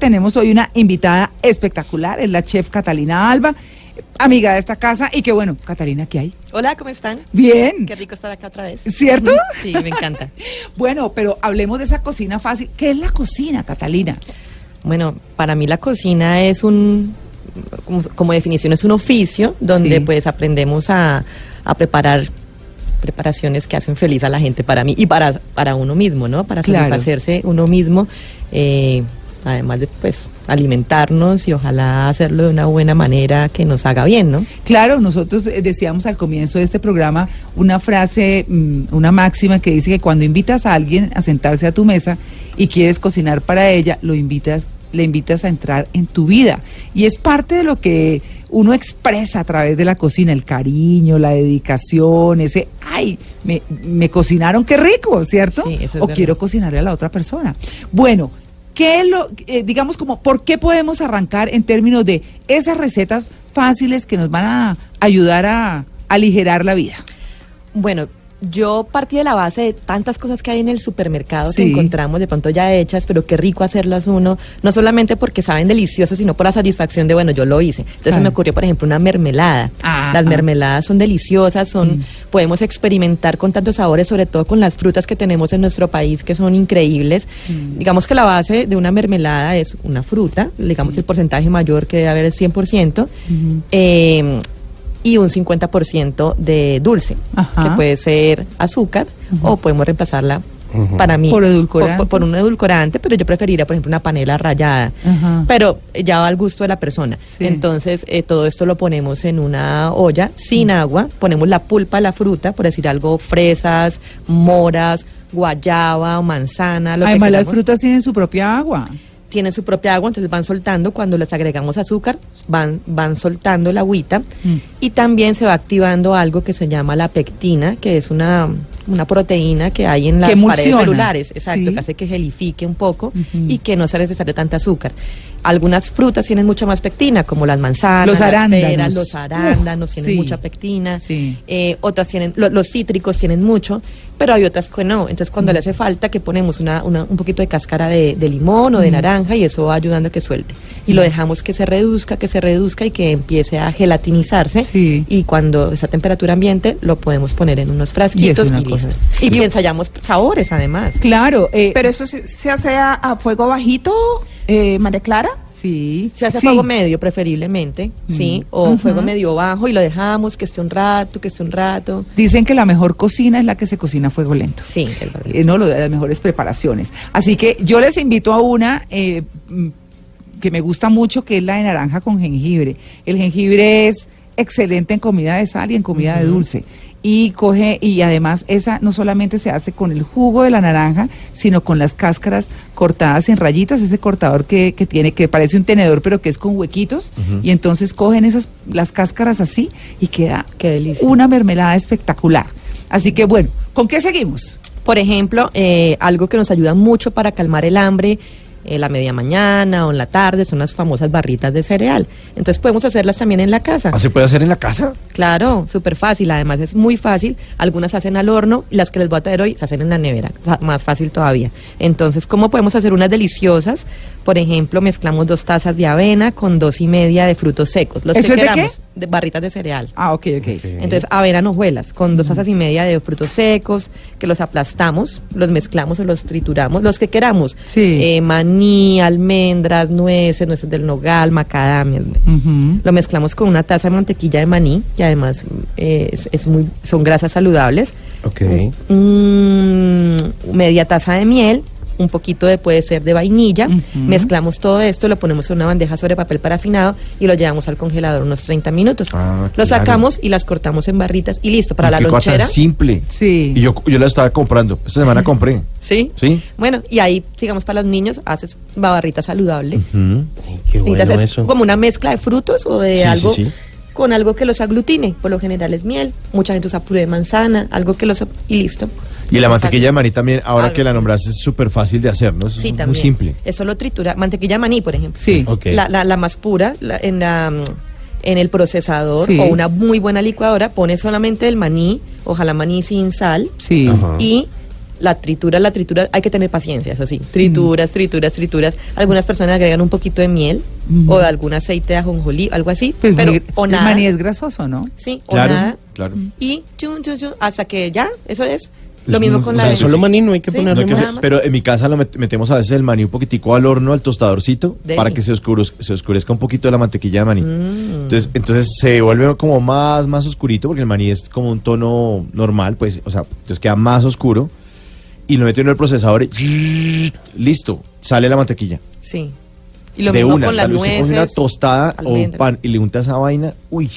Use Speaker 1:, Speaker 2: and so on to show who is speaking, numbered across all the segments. Speaker 1: Tenemos hoy una invitada espectacular, es la chef Catalina Alba, amiga de esta casa. Y que bueno, Catalina, ¿qué hay?
Speaker 2: Hola, ¿cómo están?
Speaker 1: Bien.
Speaker 2: Qué rico estar acá otra vez.
Speaker 1: ¿Cierto?
Speaker 2: Sí, me encanta.
Speaker 1: Bueno, pero hablemos de esa cocina fácil. ¿Qué es la cocina, Catalina?
Speaker 2: Bueno, para mí la cocina es un, como, como definición, es un oficio donde
Speaker 1: Sí.
Speaker 2: pues aprendemos a, a preparar preparaciones que hacen feliz a la gente para mí y para, para uno mismo, ¿no? Para
Speaker 1: Claro.
Speaker 2: satisfacerse uno mismo, eh, además de pues alimentarnos y ojalá hacerlo de una buena manera que nos haga bien, ¿no?
Speaker 1: Claro, nosotros eh, decíamos al comienzo de este programa una frase, mm, una máxima que dice que cuando invitas a alguien a sentarse a tu mesa y quieres cocinar para ella, lo invitas, le invitas a entrar en tu vida. Y es parte de lo que uno expresa a través de la cocina, el cariño, la dedicación, ese, ay, me, me cocinaron, qué rico, ¿cierto?
Speaker 2: Sí, eso es
Speaker 1: o
Speaker 2: verdad.
Speaker 1: quiero cocinarle a la otra persona. Bueno, ¿qué lo, eh, digamos como, por qué podemos arrancar en términos de esas recetas fáciles que nos van a ayudar a aligerar la vida?
Speaker 2: Bueno, yo partí de la base de tantas cosas que hay en el supermercado
Speaker 1: Sí.
Speaker 2: que encontramos de pronto ya hechas, pero qué rico hacerlas uno, no solamente porque saben deliciosas, sino por la satisfacción de, bueno, yo lo hice. Entonces
Speaker 1: Ah.
Speaker 2: se me ocurrió, por ejemplo, una mermelada.
Speaker 1: Ah, Mm.
Speaker 2: Las
Speaker 1: ah.
Speaker 2: mermeladas son deliciosas, son podemos experimentar con tantos sabores, sobre todo con las frutas que tenemos en nuestro país, que son increíbles.
Speaker 1: Mm.
Speaker 2: Digamos que la base de una mermelada es una fruta, digamos
Speaker 1: Mm.
Speaker 2: el porcentaje mayor que debe haber es 100%. eh, y un 50% de dulce,
Speaker 1: Ajá.
Speaker 2: que puede ser azúcar o podemos reemplazarla para mí
Speaker 1: Por edulcorante.
Speaker 2: edulcorante por, por un edulcorante, pero yo preferiría, por ejemplo, una panela rallada,
Speaker 1: Ajá.
Speaker 2: pero ya va al gusto de la persona.
Speaker 1: Sí.
Speaker 2: Entonces, eh, todo esto lo ponemos en una olla sin agua, ponemos la pulpa de la fruta, por decir algo, fresas, moras, guayaba o manzana, lo que
Speaker 1: Además, las
Speaker 2: queramos
Speaker 1: frutas tienen su propia agua.
Speaker 2: tienen su propia agua, entonces van soltando, cuando les agregamos azúcar, van, van soltando la agüita
Speaker 1: Mm.
Speaker 2: y también se va activando algo que se llama la pectina, que es una, una proteína que hay en las
Speaker 1: Que
Speaker 2: paredes
Speaker 1: emulsiona.
Speaker 2: celulares, exacto,
Speaker 1: Sí.
Speaker 2: que hace que gelifique un poco
Speaker 1: Ujú.
Speaker 2: y que no sea necesario tanta azúcar. Algunas frutas tienen mucha más pectina, como las manzanas,
Speaker 1: Los
Speaker 2: las
Speaker 1: arándanos.
Speaker 2: peras, los arándanos
Speaker 1: Uf,
Speaker 2: tienen
Speaker 1: sí.
Speaker 2: mucha pectina,
Speaker 1: Sí.
Speaker 2: eh, otras tienen, lo- los cítricos tienen mucho, pero hay otras que no. Entonces, cuando
Speaker 1: Mm.
Speaker 2: le hace falta, que ponemos una, una- un poquito de cáscara de, de limón o
Speaker 1: Mm.
Speaker 2: de naranja y eso va ayudando a que suelte. Y lo dejamos que se reduzca, que se reduzca y que empiece a gelatinizarse.
Speaker 1: Sí.
Speaker 2: Y cuando está a temperatura ambiente, lo podemos poner en unos frasquitos y,
Speaker 1: una cosa.
Speaker 2: listo. Y, ensayamos sabores, además.
Speaker 1: Claro, eh,
Speaker 3: Pero eso se, se hace a, a fuego bajito, eh, María Clara.
Speaker 1: sí.
Speaker 2: Se hace a
Speaker 1: sí. Mm.
Speaker 2: fuego medio, preferiblemente, ¿sí? O fuego medio bajo y lo dejamos que esté un rato, que esté un rato.
Speaker 1: Dicen que la mejor cocina es la que se cocina a fuego lento.
Speaker 2: Sí,
Speaker 1: eh, no, lo de las mejores preparaciones. Así que yo les invito a una eh, mm, que me gusta mucho, que es la de naranja con jengibre. El jengibre es excelente en comida de sal y en comida de dulce. Y coge, y además esa no solamente se hace con el jugo de la naranja, sino con las cáscaras cortadas en rayitas, ese cortador que, que tiene, que parece un tenedor, pero que es con huequitos, y entonces cogen esas, las cáscaras así y queda
Speaker 2: Qué delicia.
Speaker 1: una mermelada espectacular. Así que bueno, ¿con qué seguimos?
Speaker 2: Por ejemplo, eh, algo que nos ayuda mucho para calmar el hambre eh, la media mañana o en la tarde son las famosas barritas de cereal. Entonces podemos hacerlas también en la casa.
Speaker 4: ¿Ah, ¿Se puede hacer en la casa?
Speaker 2: Claro, súper fácil. Además es muy fácil. Algunas se hacen al horno y las que les voy a traer hoy se hacen en la nevera. O sea, más fácil todavía. Entonces, ¿cómo podemos hacer unas deliciosas? Por ejemplo, mezclamos dos tazas de avena con dos y media de frutos secos. Los
Speaker 1: ¿Eso
Speaker 2: que
Speaker 1: es de qué?
Speaker 2: queramos. De barritas de cereal.
Speaker 1: Ah, ok, ok.
Speaker 2: Entonces, avena en hojuelas, con dos asas y media de frutos secos, que los aplastamos, los mezclamos o los trituramos, los que queramos.
Speaker 1: Sí.
Speaker 2: Eh, maní, almendras, nueces, nueces del nogal, macadamias.
Speaker 1: Ujú.
Speaker 2: Lo mezclamos con una taza de mantequilla de maní, que además eh, es, es muy, son grasas saludables.
Speaker 4: Ok.
Speaker 2: Mm, media taza de miel, un poquito de puede ser de vainilla, mezclamos todo esto, lo ponemos en una bandeja sobre papel parafinado y lo llevamos al congelador unos 30 minutos.
Speaker 4: Ah,
Speaker 2: Lo
Speaker 4: claro.
Speaker 2: sacamos y las cortamos en barritas y listo para la
Speaker 4: Qué cosa tan
Speaker 2: lonchera.
Speaker 4: simple.
Speaker 1: Sí.
Speaker 4: Y yo, yo la estaba comprando. Esta semana compré.
Speaker 2: Sí.
Speaker 4: Sí.
Speaker 2: Bueno, y ahí, digamos, para los niños haces una barrita saludable.
Speaker 4: Mm.
Speaker 5: Ay, Qué bueno
Speaker 2: Necesitas es
Speaker 5: eso.
Speaker 2: como una mezcla de frutos o de
Speaker 5: Sí, sí,
Speaker 2: algo
Speaker 5: sí.
Speaker 2: con algo que los aglutine. Por lo general es miel, mucha gente usa puré de manzana, algo que los... y listo.
Speaker 4: Y la mantequilla de maní también, ahora
Speaker 2: Algo.
Speaker 4: que la nombraste, es súper fácil de hacer, ¿no? Es
Speaker 2: Ah, Sí,
Speaker 4: muy
Speaker 2: también.
Speaker 4: simple.
Speaker 2: Eso lo tritura. Mantequilla de maní, por ejemplo.
Speaker 1: Sí.
Speaker 5: Ok.
Speaker 2: La, la- la más pura, la- en, la, mm, en el procesador
Speaker 1: Sí.
Speaker 2: o una muy buena licuadora, pones solamente el maní, ojalá maní sin sal,
Speaker 1: Sí.
Speaker 5: Ajá.
Speaker 2: y la tritura, la tritura, hay que tener paciencia, eso sí. Trituras, trituras, trituras. Algunas personas agregan un poquito de miel o de algún aceite de ajonjolí, algo así,
Speaker 1: Pues
Speaker 2: pero
Speaker 1: muy-
Speaker 2: o
Speaker 1: el
Speaker 2: nada.
Speaker 1: maní es grasoso, ¿no?
Speaker 2: Sí, o
Speaker 4: Claro,
Speaker 2: nada.
Speaker 4: claro.
Speaker 2: Y chun, chun, chun, hasta que ya, eso es.
Speaker 4: Es
Speaker 2: Lo mismo
Speaker 4: muy-
Speaker 2: con
Speaker 4: o
Speaker 2: la
Speaker 4: sea,
Speaker 2: de-
Speaker 4: solo
Speaker 5: maní, no hay que
Speaker 2: Sí,
Speaker 5: ponerle
Speaker 4: No hay que
Speaker 2: nada
Speaker 4: hacer-
Speaker 2: más.
Speaker 4: pero en mi casa lo met- metemos a veces el maní un poquitico al horno, al tostadorcito,
Speaker 2: Deli.
Speaker 4: para que se, oscuruz- se oscurezca un poquito la mantequilla de maní.
Speaker 2: Mm.
Speaker 4: Entonces, entonces se vuelve como más, más oscurito, porque el maní es como un tono normal, pues, o sea, entonces queda más oscuro. Y lo mete en el procesador y listo, sale la mantequilla.
Speaker 2: Sí. Y lo
Speaker 4: de
Speaker 2: mismo
Speaker 4: una,
Speaker 2: con las
Speaker 4: dale, usted
Speaker 2: nueces.
Speaker 4: coge una tostada o un
Speaker 2: almendras.
Speaker 4: pan y le unta esa vaina, uy,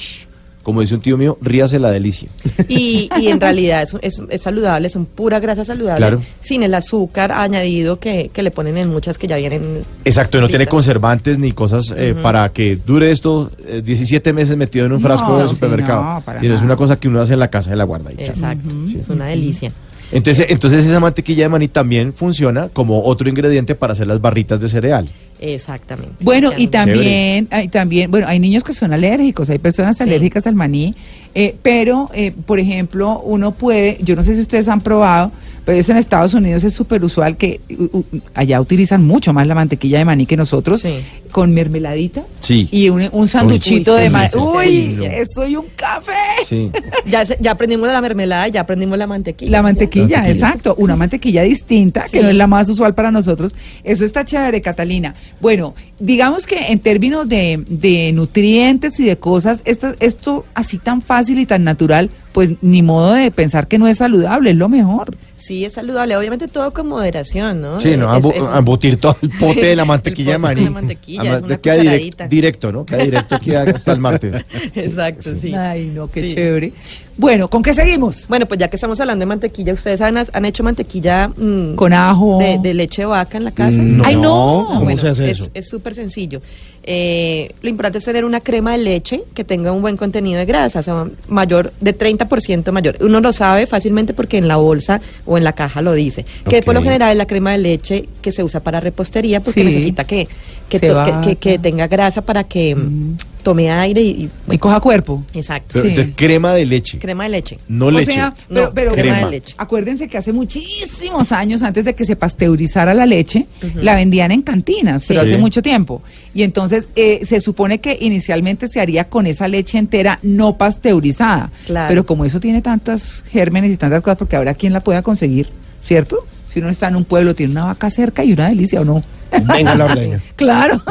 Speaker 4: como dice un tío mío, ríase la delicia.
Speaker 2: Y, y en realidad es, es, es saludable, son pura grasa saludable.
Speaker 4: Claro.
Speaker 2: Sin el azúcar añadido que, que le ponen en muchas que ya vienen.
Speaker 4: Exacto, no tiene
Speaker 2: listas.
Speaker 4: conservantes ni cosas eh, para que dure esto eh, 17 meses metido en un frasco
Speaker 1: No,
Speaker 4: del
Speaker 1: sí,
Speaker 4: supermercado.
Speaker 1: no, para
Speaker 4: sino es
Speaker 1: nada.
Speaker 4: una cosa que uno hace en la casa y la guarda. y chao.
Speaker 2: Exacto.
Speaker 4: Sí.
Speaker 2: Es una delicia.
Speaker 4: Entonces, entonces esa mantequilla de maní también funciona como otro ingrediente para hacer las barritas de cereal.
Speaker 2: Exactamente.
Speaker 1: Bueno,
Speaker 2: Quedan
Speaker 1: y
Speaker 2: muy-
Speaker 1: también, hay, también, bueno, hay niños que son alérgicos, hay personas
Speaker 2: Sí.
Speaker 1: alérgicas al maní, eh, pero, eh, por ejemplo, uno puede, yo no sé si ustedes han probado, pero eso en Estados Unidos es súper usual que u- u- allá utilizan mucho más la mantequilla de maní que nosotros,
Speaker 2: Sí.
Speaker 1: con mermeladita
Speaker 4: Sí.
Speaker 1: y un, un sanduchito
Speaker 2: Uy,
Speaker 1: de
Speaker 2: sí,
Speaker 1: maní.
Speaker 2: sí, sí,
Speaker 1: Uy,
Speaker 2: sí, sí.
Speaker 1: soy un café.
Speaker 4: Sí.
Speaker 2: Ya, se- ya aprendimos la mermelada, ya aprendimos la mantequilla.
Speaker 1: La mantequilla,
Speaker 4: La mantequilla.
Speaker 1: exacto, una mantequilla distinta, que
Speaker 2: Sí.
Speaker 1: no es la más usual para nosotros. Eso está chévere, Catalina. Bueno, digamos que en términos de, de nutrientes y de cosas, esto, esto así tan fácil y tan natural, pues ni modo de pensar que no es saludable, es lo mejor.
Speaker 2: Sí, es saludable. Obviamente todo con moderación, ¿no?
Speaker 4: Sí, ¿no?
Speaker 2: Es-
Speaker 4: Ambu-
Speaker 2: es-
Speaker 4: Embutir todo el pote de la
Speaker 2: El
Speaker 4: mantequilla de
Speaker 2: pote de
Speaker 4: maní.
Speaker 2: la mantequilla, es una
Speaker 4: queda direct-
Speaker 2: cucharadita.
Speaker 4: directo, ¿no? Queda directo queda hasta el martes.
Speaker 2: Exacto, sí.
Speaker 1: Ay, no, qué
Speaker 2: Sí.
Speaker 1: chévere. Bueno, ¿con qué seguimos?
Speaker 2: Bueno, pues ya que estamos hablando de mantequilla, ¿ustedes han, han hecho mantequilla mm,
Speaker 1: Con ajo.
Speaker 2: de, de leche de vaca en la casa?
Speaker 5: No.
Speaker 1: Ay, no.
Speaker 5: ¿Cómo
Speaker 2: Bueno,
Speaker 5: se hace
Speaker 2: es-
Speaker 5: eso?
Speaker 2: Es súper sencillo. Eh, lo importante es tener una crema de leche que tenga un buen contenido de grasa, o sea, mayor de 30% mayor. Uno lo sabe fácilmente porque en la bolsa o en la caja lo dice. Que por lo
Speaker 5: Ok.
Speaker 2: general es la crema de leche que se usa para repostería porque
Speaker 1: Sí.
Speaker 2: necesita que, que,
Speaker 1: Se
Speaker 2: to- que- que- que
Speaker 1: vaca.
Speaker 2: tenga grasa para que mm, tome aire y...
Speaker 1: Y coja cuerpo.
Speaker 2: Exacto.
Speaker 4: Pero
Speaker 1: Sí.
Speaker 4: entonces, crema de leche.
Speaker 2: Crema de leche.
Speaker 4: No
Speaker 1: o
Speaker 4: leche.
Speaker 1: sea, pero,
Speaker 2: No,
Speaker 1: pero-
Speaker 2: crema
Speaker 4: Crema.
Speaker 2: de leche.
Speaker 1: acuérdense que hace muchísimos años, antes de que se pasteurizara la leche, la vendían en cantinas, pero
Speaker 4: Sí.
Speaker 1: hace mucho tiempo. Y entonces eh, se supone que inicialmente se haría con esa leche entera no pasteurizada.
Speaker 2: Claro.
Speaker 1: Pero como eso tiene tantas gérmenes y tantas cosas, porque habrá quien la pueda conseguir, ¿cierto? Si uno está en un pueblo, tiene una vaca cerca y una delicia, ¿o no?
Speaker 5: Venga la ordeña.
Speaker 1: Claro.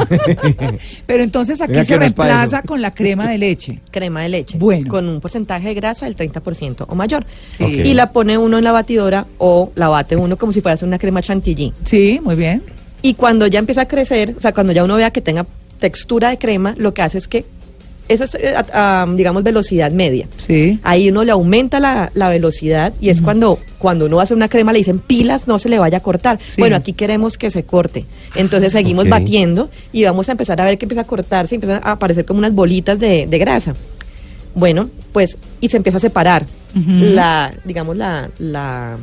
Speaker 1: pero entonces aquí
Speaker 4: Venga,
Speaker 1: se
Speaker 4: que no es pa'
Speaker 1: reemplaza
Speaker 4: eso.
Speaker 1: con la crema de leche.
Speaker 2: crema de leche
Speaker 1: Bueno.
Speaker 2: con un porcentaje de grasa del 30% o mayor.
Speaker 1: Sí.
Speaker 4: Ok.
Speaker 2: Y la pone uno en la batidora o la bate uno como si fuera a hacer una crema chantilly.
Speaker 1: Sí, muy bien.
Speaker 2: Y cuando ya empieza a crecer, o sea, cuando ya uno vea que tenga textura de crema, lo que hace es que eso es, eh, a- a, digamos, velocidad media.
Speaker 1: Sí.
Speaker 2: Ahí uno le aumenta la, la velocidad y es cuando cuando uno hace una crema le dicen pilas, no se le vaya a cortar.
Speaker 1: Sí.
Speaker 2: Bueno, aquí queremos que se corte. Entonces seguimos
Speaker 5: Ok.
Speaker 2: batiendo y vamos a empezar a ver que empieza a cortarse y empiezan a aparecer como unas bolitas de, de grasa. Bueno, pues, y se empieza a separar
Speaker 1: Ujú.
Speaker 2: la, digamos, la, la,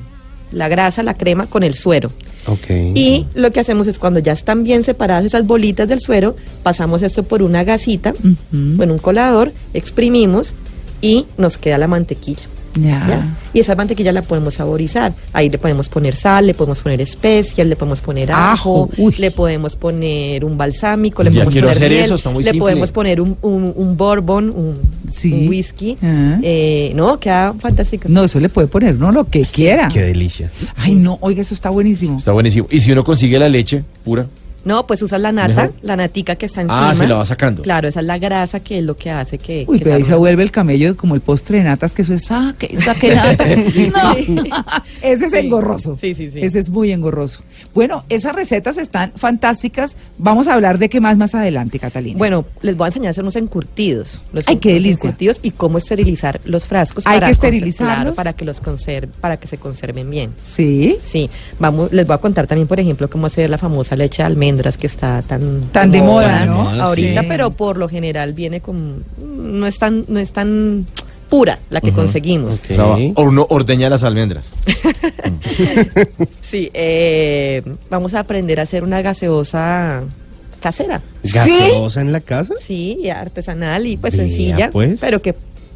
Speaker 2: la grasa, la crema con el suero.
Speaker 5: Ok.
Speaker 2: Y lo que hacemos es cuando ya están bien separadas esas bolitas del suero, pasamos esto por una gasita,
Speaker 1: Ujú.
Speaker 2: con un colador, exprimimos y nos queda la mantequilla.
Speaker 1: Ya.
Speaker 4: Ah.
Speaker 2: ¿ya? Y esa mantequilla la podemos saborizar. Ahí le podemos poner sal, le podemos poner especias, le podemos poner ajo,
Speaker 1: Ajo, uy.
Speaker 2: le podemos poner un balsámico, le
Speaker 4: Ya
Speaker 2: podemos
Speaker 4: quiero
Speaker 2: poner
Speaker 4: hacer
Speaker 2: miel,
Speaker 4: eso, está muy
Speaker 2: le
Speaker 4: simple.
Speaker 2: podemos poner un, un- un bourbon, un,
Speaker 1: Sí.
Speaker 2: un whisky.
Speaker 1: Ah.
Speaker 2: Eh, no, queda fantástico.
Speaker 1: No, eso le puede poner uno lo que quiera.
Speaker 5: Qué delicia.
Speaker 1: Ay, no, oiga, eso está buenísimo.
Speaker 4: Está buenísimo. Y si uno consigue la leche pura,
Speaker 2: No, pues usas la nata,
Speaker 4: Mejor.
Speaker 2: la natica que está encima.
Speaker 4: Ah, se la va sacando.
Speaker 2: Claro, esa es la grasa que es lo que hace que.
Speaker 1: Uy,
Speaker 2: que
Speaker 1: pero ahí se
Speaker 2: arme.
Speaker 1: vuelve el camello como el postre de natas, que eso es saque, saque nata. No. Ese es
Speaker 2: Sí.
Speaker 1: engorroso.
Speaker 2: Sí, sí, sí.
Speaker 1: Ese es muy engorroso. Bueno, esas recetas están fantásticas. Vamos a hablar de qué más más adelante, Catalina.
Speaker 2: Bueno, les voy a enseñar a hacer unos encurtidos. Los
Speaker 1: Ay, qué
Speaker 2: encur-
Speaker 1: delicia.
Speaker 2: Encurtidos y cómo esterilizar los frascos.
Speaker 1: Hay que
Speaker 2: conser- claro,
Speaker 1: esterilizarlos.
Speaker 2: para que los conserve, para que se conserven bien.
Speaker 1: Sí.
Speaker 2: Sí, vamos, les voy a contar también, por ejemplo, cómo hacer la famosa leche de almendras que está tan
Speaker 1: Tan de
Speaker 2: como
Speaker 1: moda,
Speaker 5: ¿no?
Speaker 2: Ahorita,
Speaker 1: Sí.
Speaker 2: pero por lo general viene con no es tan no es tan pura la que conseguimos.
Speaker 5: Ok.
Speaker 4: Traba- O uno ordeña las almendras.
Speaker 2: Sí, eh, vamos a aprender a hacer una gaseosa casera.
Speaker 5: ¿Gaseosa en la casa?
Speaker 2: Sí, y artesanal y pues
Speaker 5: Vea,
Speaker 2: sencilla,
Speaker 5: pues.
Speaker 2: pero que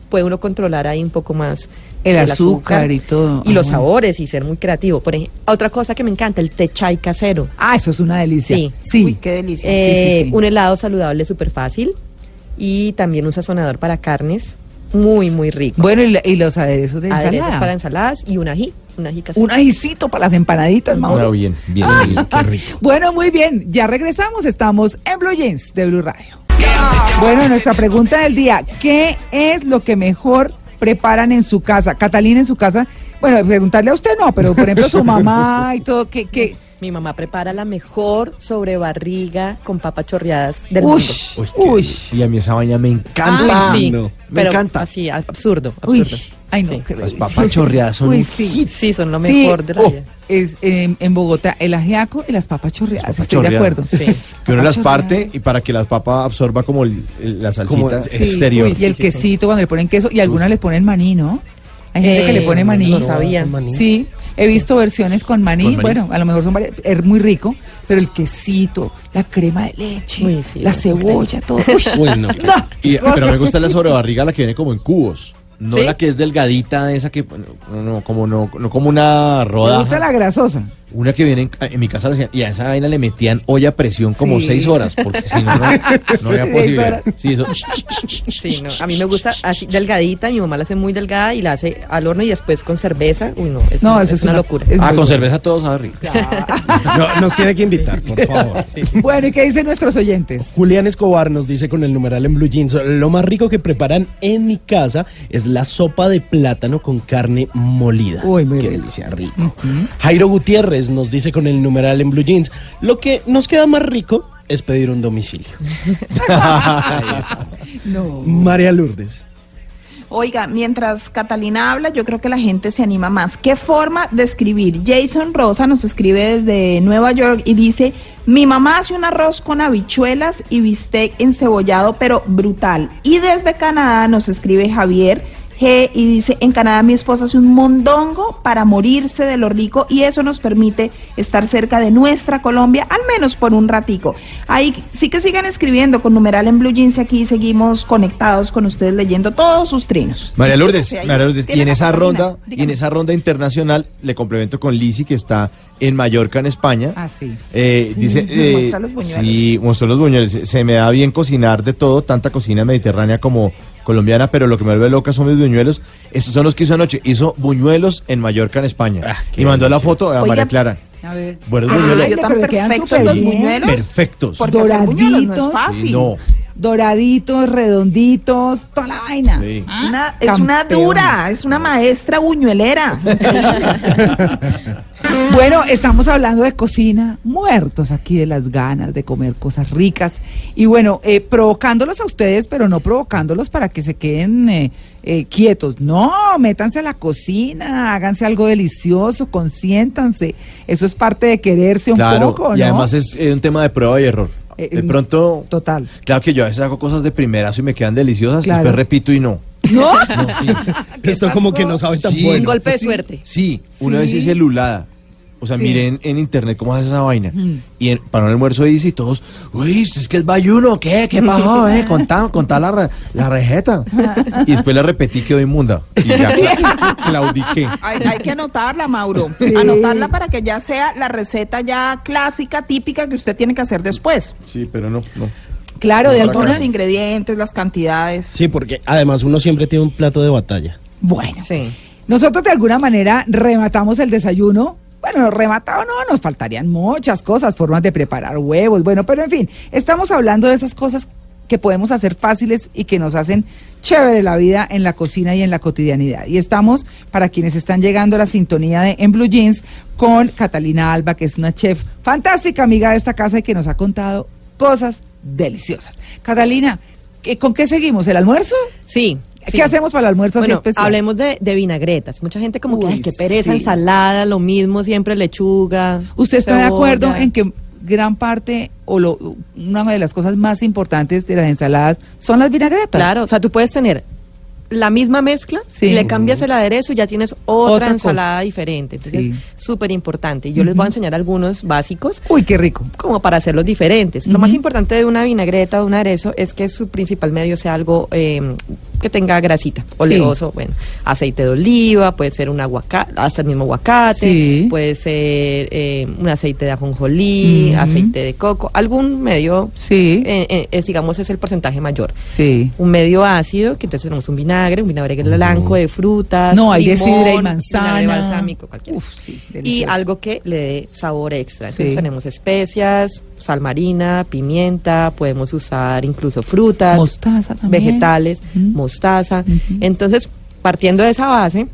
Speaker 2: puede uno controlar ahí un poco más
Speaker 1: El azúcar y todo.
Speaker 2: y los
Speaker 1: Ah, bueno.
Speaker 2: sabores y ser muy creativo. Por ejemplo, otra cosa que me encanta, el té chai casero.
Speaker 1: Ah, eso es una delicia.
Speaker 2: Sí.
Speaker 1: Sí.
Speaker 3: Uy, qué delicia.
Speaker 2: Eh,
Speaker 1: sí, sí.
Speaker 2: Un helado saludable súper fácil y también un sazonador para carnes muy, muy rico.
Speaker 1: Bueno, y, la- y los aderezos de
Speaker 2: Aderezos
Speaker 1: ensalada.
Speaker 2: para ensaladas y un ají, un ají casero.
Speaker 1: Un ajicito para las empanaditas,
Speaker 4: Ahora
Speaker 1: Mauro.
Speaker 4: Ah, bien, bien, bien.
Speaker 5: Qué rico.
Speaker 1: Bueno, muy bien. Ya regresamos. Estamos en Blue Jeans de Blue Radio. Bueno, nuestra pregunta del día. ¿Qué es lo que mejor preparan en su casa? Catalina en su casa. Bueno, preguntarle a usted no, pero por ejemplo su mamá y todo. ¿Qué? qué?
Speaker 2: Mi mamá prepara la mejor sobrebarriga con papas chorreadas del mundo.
Speaker 1: Ush,
Speaker 4: Uy, qué
Speaker 1: ush.
Speaker 4: delicia. Y a mí esa vaina me encanta.
Speaker 2: Ay, sí,
Speaker 4: No, me
Speaker 2: pero
Speaker 4: encanta.
Speaker 2: Así, absurdo,
Speaker 1: Uy,
Speaker 2: absurdo.
Speaker 1: ay no,
Speaker 2: Sí.
Speaker 1: qué
Speaker 4: Las
Speaker 1: delicia.
Speaker 4: papas chorreadas Pues, son
Speaker 1: Uy,
Speaker 4: un
Speaker 1: sí.
Speaker 2: Sí, son lo
Speaker 1: Sí,
Speaker 2: mejor de la
Speaker 1: oh,
Speaker 2: vida.
Speaker 1: es, en, en Bogotá, el ajiaco y las papas chorreadas,
Speaker 4: papas
Speaker 1: estoy
Speaker 4: chorreadas.
Speaker 1: de acuerdo.
Speaker 2: Sí.
Speaker 4: Que uno las
Speaker 1: Papas
Speaker 4: parte
Speaker 1: chorreadas.
Speaker 4: y para que la papa absorba como el- el- la salsita
Speaker 5: Como el-
Speaker 4: exterior.
Speaker 2: Uy,
Speaker 1: Y el
Speaker 2: sí, sí,
Speaker 1: quesito cuando le ponen queso y algunas le ponen maní, ¿no? Hay gente que le
Speaker 2: Eh,
Speaker 1: pone maní.
Speaker 2: no sabía.
Speaker 5: con maní.
Speaker 1: Sí, he visto versiones con maní,
Speaker 4: Con maní.
Speaker 1: bueno, a lo mejor son varias, es muy rico, pero el quesito, la crema de leche,
Speaker 2: Uy, sí,
Speaker 1: la
Speaker 2: no,
Speaker 1: cebolla, todo. Uy,
Speaker 5: Uy, no.
Speaker 1: no.
Speaker 4: Y- pero me gusta la sobrebarriga, la que viene como en cubos. No
Speaker 2: ¿Sí?
Speaker 4: la que es delgadita, esa que. No, no, como, no, no como una
Speaker 1: Me
Speaker 4: rodaja.
Speaker 1: gusta la grasosa.
Speaker 4: Una que viene en, en mi casa, la hacían- y a esa vaina le metían olla a presión como
Speaker 1: Sí.
Speaker 4: seis horas, porque si no, no, no
Speaker 1: Seis
Speaker 4: había posible.
Speaker 1: horas.
Speaker 4: Sí, eso. Ah,
Speaker 2: Sí, no, a mí me gusta así delgadita, mi mamá la hace muy delgada y la hace al horno y después con cerveza. Uy, no, es,
Speaker 1: No,
Speaker 2: una,
Speaker 1: eso
Speaker 2: es
Speaker 1: es
Speaker 2: una
Speaker 1: una-
Speaker 2: locura.
Speaker 1: es-
Speaker 4: Ah,
Speaker 1: muy
Speaker 4: con
Speaker 1: bueno.
Speaker 4: cerveza todo sabe rico.
Speaker 5: No, nos tiene que invitar, por favor.
Speaker 1: Bueno, ¿y qué dicen nuestros oyentes?
Speaker 5: Julián Escobar nos dice con el numeral en Blue Jeans, lo más rico que preparan en mi casa es la sopa de plátano con carne molida.
Speaker 1: Uy, muy
Speaker 5: Qué
Speaker 1: rico.
Speaker 5: delicia, rico. Jairo Gutiérrez nos dice con el numeral en Blue Jeans, lo que nos queda más rico es pedir un domicilio.
Speaker 1: No.
Speaker 5: María Lourdes.
Speaker 3: Oiga, mientras Catalina habla, yo creo que la gente se anima más. ¿Qué forma de escribir? Jason Rosa nos escribe desde Nueva York y dice, mi mamá hace un arroz con habichuelas y bistec encebollado, pero brutal. Y desde Canadá nos escribe Javier G y dice, en Canadá mi esposa hace un mondongo para morirse de lo rico y eso nos permite estar cerca de nuestra Colombia, al menos por un ratico. Ahí sí que sigan escribiendo con numeral en Blue Jeans y aquí seguimos conectados con ustedes leyendo todos sus trinos.
Speaker 4: María Lourdes,
Speaker 3: Discúlpese ahí.
Speaker 4: María Lourdes, y
Speaker 3: Tiene
Speaker 4: en
Speaker 3: la
Speaker 4: esa
Speaker 3: Catalina,
Speaker 4: ronda, y en
Speaker 3: dígame.
Speaker 4: esa ronda internacional, le complemento con Lisi que está en Mallorca, en España.
Speaker 1: Ah, sí.
Speaker 4: Eh,
Speaker 3: Sí,
Speaker 4: dice,
Speaker 3: me
Speaker 4: eh,
Speaker 3: mostró los buñuelos.
Speaker 4: sí, mostró los buñuelos. Se- Se me da bien cocinar de todo, tanta cocina mediterránea como colombiana, pero lo que me vuelve loca son mis buñuelos. Estos son los que hizo anoche. Hizo buñuelos en Mallorca, en España.
Speaker 5: Ah, qué
Speaker 4: y mandó la
Speaker 5: delicia.
Speaker 4: foto a
Speaker 3: Oiga,
Speaker 4: María Clara.
Speaker 1: A ver.
Speaker 4: Buenos
Speaker 3: Ah,
Speaker 4: buñuelos.
Speaker 1: Ay,
Speaker 3: yo tan
Speaker 1: pero quedan
Speaker 3: perfectos
Speaker 1: súper
Speaker 3: los
Speaker 1: bien.
Speaker 3: buñuelos.
Speaker 4: Perfectos.
Speaker 3: Porque hacer buñuelos no es
Speaker 1: Doraditos.
Speaker 3: fácil.
Speaker 4: No.
Speaker 1: Doraditos, redonditos, toda la vaina. Ah,
Speaker 4: Sí.
Speaker 3: Es una, es una
Speaker 1: Campeona.
Speaker 3: dura, es una maestra buñuelera.
Speaker 1: Bueno, estamos hablando de cocina, muertos aquí de las ganas de comer cosas ricas y bueno, eh, provocándolos a ustedes, pero no provocándolos para que se queden eh, eh, quietos. No, métanse a la cocina, háganse algo delicioso, consiéntanse. Eso es parte de quererse un
Speaker 4: Claro.
Speaker 1: poco, ¿no?
Speaker 4: Y además es, eh, un tema de prueba y error.
Speaker 1: Eh,
Speaker 4: de pronto.
Speaker 1: Total.
Speaker 4: Claro que yo a veces hago cosas de primerazo y me quedan deliciosas,
Speaker 1: Claro.
Speaker 4: después repito y no.
Speaker 1: ¿No?
Speaker 5: Esto como que no sabe tan
Speaker 4: Sí.
Speaker 5: bueno.
Speaker 2: Un golpe
Speaker 1: pues
Speaker 2: de suerte.
Speaker 4: Sí, una
Speaker 1: Sí.
Speaker 4: vez hice lulada. O sea,
Speaker 1: Sí.
Speaker 4: miren en internet cómo hace esa vaina.
Speaker 1: Mm.
Speaker 4: Y en- para un almuerzo dice y todos, uy, ¿esto es que es bayuno, ¿qué? ¿Qué pasó? Eh? Contá, contá la, re- la receta. y después la repetí, quedó inmunda. Y ya cla- claudiqué.
Speaker 3: Hay, hay que anotarla, Mauro.
Speaker 1: Sí.
Speaker 3: Anotarla para que ya sea la receta ya clásica, típica que usted tiene que hacer después.
Speaker 4: Sí, pero no, no.
Speaker 1: Claro, de
Speaker 4: Por
Speaker 3: Con
Speaker 1: alguna.
Speaker 3: los ingredientes, las cantidades.
Speaker 5: Sí, porque además uno siempre tiene un plato de batalla.
Speaker 1: Bueno.
Speaker 2: Sí.
Speaker 1: Nosotros de alguna manera rematamos el desayuno. Bueno, rematado no, nos faltarían muchas cosas, formas de preparar huevos, bueno, pero en fin, estamos hablando de esas cosas que podemos hacer fáciles y que nos hacen chévere la vida en la cocina y en la cotidianidad. Y estamos, para quienes están llegando a la sintonía de En Blue Jeans, con Catalina Alba, que es una chef fantástica amiga de esta casa y que nos ha contado cosas deliciosas. Catalina, ¿qué- ¿con qué seguimos? ¿El almuerzo?
Speaker 2: Sí.
Speaker 1: ¿Qué
Speaker 2: sí.
Speaker 1: hacemos para el almuerzo así
Speaker 2: Bueno,
Speaker 1: especial?
Speaker 2: hablemos de, de vinagretas. Mucha gente como que,
Speaker 1: Uy,
Speaker 2: ay, qué pereza,
Speaker 1: sí.
Speaker 2: ensalada, lo mismo, siempre lechuga.
Speaker 1: ¿Usted está de acuerdo
Speaker 2: cebolla.
Speaker 1: en que gran parte o lo, una de las cosas más importantes de las ensaladas son las vinagretas?
Speaker 2: Claro, o sea, tú puedes tener la misma mezcla,
Speaker 1: Sí.
Speaker 2: le cambias el aderezo y ya tienes otra,
Speaker 1: Otra cosa.
Speaker 2: ensalada diferente. Entonces,
Speaker 1: Sí.
Speaker 2: súper importante. Yo les voy a enseñar algunos básicos
Speaker 1: Uy, qué rico.
Speaker 2: como para hacerlos diferentes. Lo más importante de una vinagreta, de un aderezo, es que su principal medio sea algo eh, que tenga grasita, oleoso, bueno, aceite de oliva, puede ser un aguacate, hasta el mismo aguacate,
Speaker 1: Sí.
Speaker 2: puede ser eh, un aceite de ajonjolí,
Speaker 1: Ujú.
Speaker 2: aceite de coco, algún medio,
Speaker 1: Sí.
Speaker 2: eh, eh, es, digamos, es el porcentaje mayor.
Speaker 1: Sí.
Speaker 2: Un medio ácido, que entonces tenemos un vinagre, un vinagre blanco de frutas.
Speaker 1: No, hay de
Speaker 2: limón,
Speaker 1: sidra y
Speaker 2: vinagre
Speaker 1: manzana.
Speaker 2: balsámico, cualquiera
Speaker 1: Uf, sí,
Speaker 2: y
Speaker 1: delicioso.
Speaker 2: algo que le dé sabor extra. Entonces
Speaker 1: Sí.
Speaker 2: tenemos especias, sal marina, pimienta, podemos usar incluso frutas,
Speaker 1: Mostaza también.
Speaker 2: vegetales,
Speaker 1: Ujú.
Speaker 2: mostaza.
Speaker 1: Ujú.
Speaker 2: Entonces, partiendo de esa base,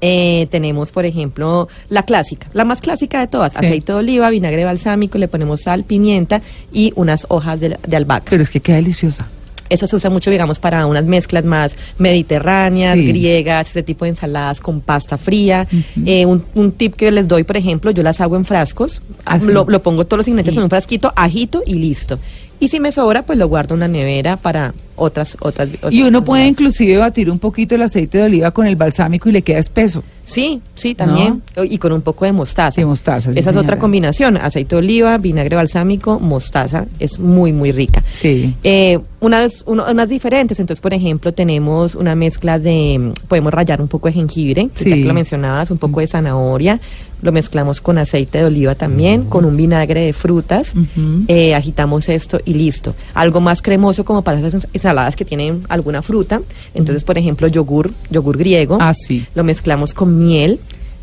Speaker 2: eh, tenemos, por ejemplo, la clásica, la más clásica de todas,
Speaker 1: Sí.
Speaker 2: aceite de oliva, vinagre balsámico, le ponemos sal, pimienta y unas hojas de, de albahaca.
Speaker 1: Pero es que queda deliciosa.
Speaker 2: Eso se usa mucho, digamos, para unas mezclas más mediterráneas,
Speaker 1: Sí.
Speaker 2: griegas, ese tipo de ensaladas con pasta fría.
Speaker 1: Ujú.
Speaker 2: Eh, un, un tip que les doy, por ejemplo, yo las hago en frascos.
Speaker 1: Ah, sí.
Speaker 2: Lo, lo pongo todos los ingredientes
Speaker 1: Sí.
Speaker 2: en un frasquito, ajito y listo. Y si me sobra, pues lo guardo en la nevera para otras... otras, otras
Speaker 1: Y uno puede
Speaker 2: comidas.
Speaker 1: inclusive batir un poquito el aceite de oliva con el balsámico y le queda espeso.
Speaker 2: Sí, sí, también. Y con un poco de mostaza.
Speaker 1: De mostaza, sí,
Speaker 2: Esa es
Speaker 1: señora.
Speaker 2: otra combinación. Aceite de oliva, vinagre balsámico, mostaza. Es muy, muy rica.
Speaker 1: Sí.
Speaker 2: Eh, unas, uno- unas diferentes. Entonces, por ejemplo, tenemos una mezcla de. mm, Podemos rallar un poco de jengibre, que ya
Speaker 1: Sí.
Speaker 2: que lo mencionabas, un poco de zanahoria. Lo mezclamos con aceite de oliva también, con un vinagre de frutas.
Speaker 1: Ujú.
Speaker 2: Eh, agitamos esto y listo. Algo más cremoso como para esas ensaladas que tienen alguna fruta. Entonces, por ejemplo, yogur, yogur griego.
Speaker 1: Ah, sí.
Speaker 2: Lo mezclamos con miel,